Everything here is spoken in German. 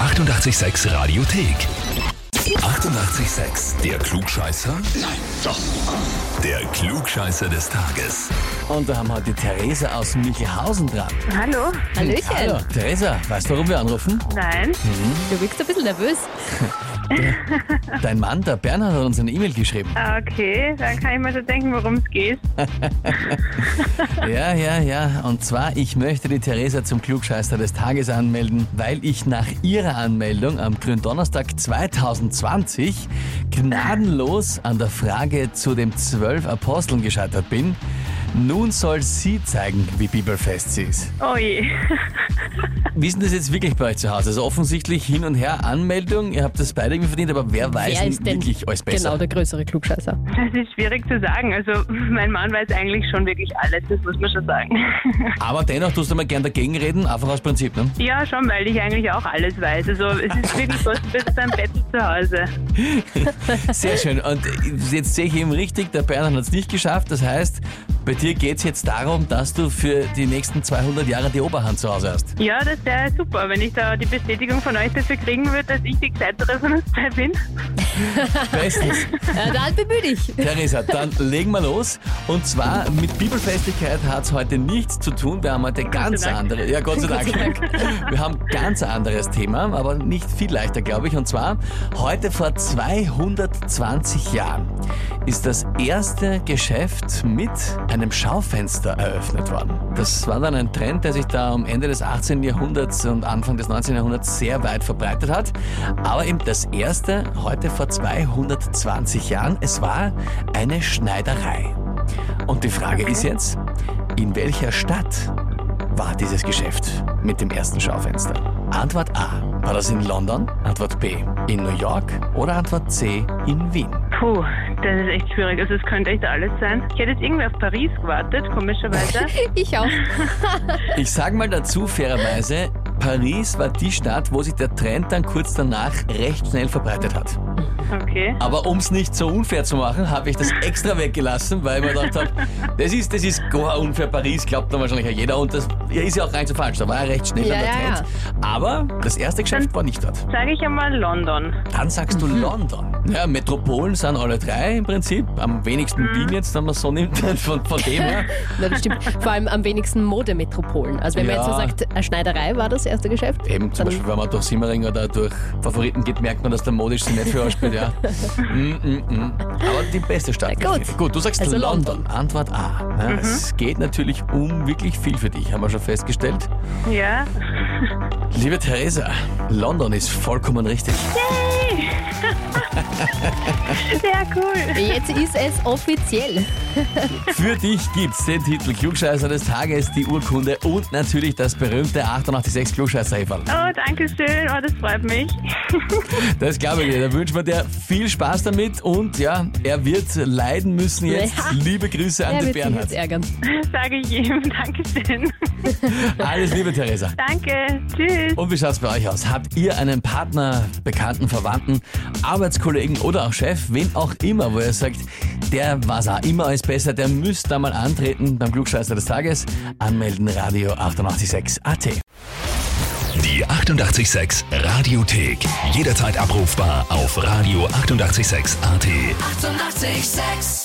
886 Radiothek. 88,6. Der Klugscheißer? Nein, doch. Der Klugscheißer des Tages. Und da haben wir heute die Theresa aus Michelhausen dran. Hallo? Hallöchen. Hallo, Theresa, weißt du, warum wir anrufen? Nein. Du wirkst ein bisschen nervös. Dein Mann, der Bernhard, hat uns eine E-Mail geschrieben. Ah, Okay, dann kann ich mir schon denken, worum es geht. Ja, ja, ja. Und zwar, ich möchte die Theresa zum Klugscheißer des Tages anmelden, weil ich nach ihrer Anmeldung am Gründonnerstag 2020 gnadenlos an der Frage zu den zwölf Aposteln gescheitert bin. Nun soll sie zeigen, wie bibelfest sie ist. Oh je. Wie ist denn das jetzt wirklich bei euch zu Hause? Also offensichtlich hin und her Anmeldung, ihr habt das beide irgendwie verdient, aber wer weiß Wer ist denn wirklich alles besser? genau der größere Klugscheißer? Das ist schwierig zu sagen. Also, mein Mann weiß eigentlich schon wirklich alles, das muss man schon sagen. Aber dennoch tust du mal gern dagegen reden, einfach aus Prinzip, ne? Ja, schon, weil ich eigentlich auch alles weiß. Also, es ist wirklich so, du bist ein Bett zu Hause. Sehr schön. Und jetzt sehe ich eben richtig, der Bernhard hat es nicht geschafft. Das heißt, bei dir geht es jetzt darum, dass du für die nächsten 200 Jahre die Oberhand zu Hause hast. Ja, das wäre super, wenn ich da die Bestätigung von euch dafür kriegen würde, dass ich die Gescheitere von uns zwei bin. Bestens. Äh, dann bemühe dich. Theresa, dann legen wir los. Und zwar mit Bibelfestigkeit hat es heute nichts zu tun. Wir haben heute ganz Dank. andere. Ja, Gott sei Dank. Wir haben ganz anderes Thema, aber nicht viel leichter, glaube ich. Und zwar heute vor 220 Jahren ist das erste Geschäft mit einem Schaufenster eröffnet worden. Das war dann ein Trend, der sich da am Ende des 18. Jahrhunderts und Anfang des 19. Jahrhunderts sehr weit verbreitet hat. Aber eben das erste heute vor 220 Jahren, es war eine Schneiderei. Und die Frage ist jetzt, in welcher Stadt war dieses Geschäft mit dem ersten Schaufenster? Antwort A. War das in London? Antwort B. In New York? Oder Antwort C. In Wien? Puh, das ist echt schwierig. Also, es könnte echt alles sein. Ich hätte jetzt irgendwie auf Paris gewartet, komischerweise. Ich auch. Ich sage mal dazu fairerweise, Paris war die Stadt, wo sich der Trend dann kurz danach recht schnell verbreitet hat. Okay. Aber um es nicht so unfair zu machen, habe ich das extra weggelassen, weil ich mir gedacht habe, das ist, das ist gar unfair. Paris glaubt dann wahrscheinlich auch jeder und das ja, ist ja auch rein zu falsch. Da war ja recht schnell Ja, dann der ja, Trend. Aber das erste Geschäft war nicht dort. Sage ich einmal London. Dann sagst Mhm. du London. Ja, Metropolen sind alle drei im Prinzip. Am wenigsten Mhm. Wien jetzt, wenn man es so nimmt, von, von dem her. Na, das stimmt. Vor allem am wenigsten Modemetropolen. Also wenn man Ja. jetzt so sagt, eine Schneiderei war das erste Geschäft. Eben, zum dann- Beispiel, wenn man durch Simmering oder durch Favoriten geht, merkt man, dass der modisch sie nicht für ausspielt, ja. Mm, mm, mm. Aber die beste Stadt. Na gut. definitiv. gut, du sagst Also London. London. Mhm. Antwort A. Ja, Es geht natürlich um wirklich viel für dich, haben wir schon festgestellt. Ja. Liebe Theresa, London ist vollkommen richtig. Sehr cool. Jetzt ist es offiziell. Für dich gibt's den Titel Klugscheißer des Tages, die Urkunde und natürlich das berühmte 886 klugscheißer -Häferl. Oh, danke schön. Oh, das freut mich. Das glaube ich dir. Da wünschen wir dir viel Spaß damit und ja, er wird leiden müssen jetzt. Ja. Liebe Grüße an Er den wird sich jetzt Bernhard. ärgern. Sage ich ihm. Dankeschön. Alles Liebe, Theresa. Danke. Tschüss. Und wie schaut's bei euch aus? Habt ihr einen Partner, Bekannten, Verwandten, Arbeitskollegen oder auch Chef, wen auch immer, wo ihr sagt, der war's auch immer alles besser, der müsst da mal antreten beim Glückscheißer des Tages? Anmelden, Radio 886 AT. Die 88,6 Radiothek. Jederzeit abrufbar auf radio886.at. 88,6. Eighty-eight, sex.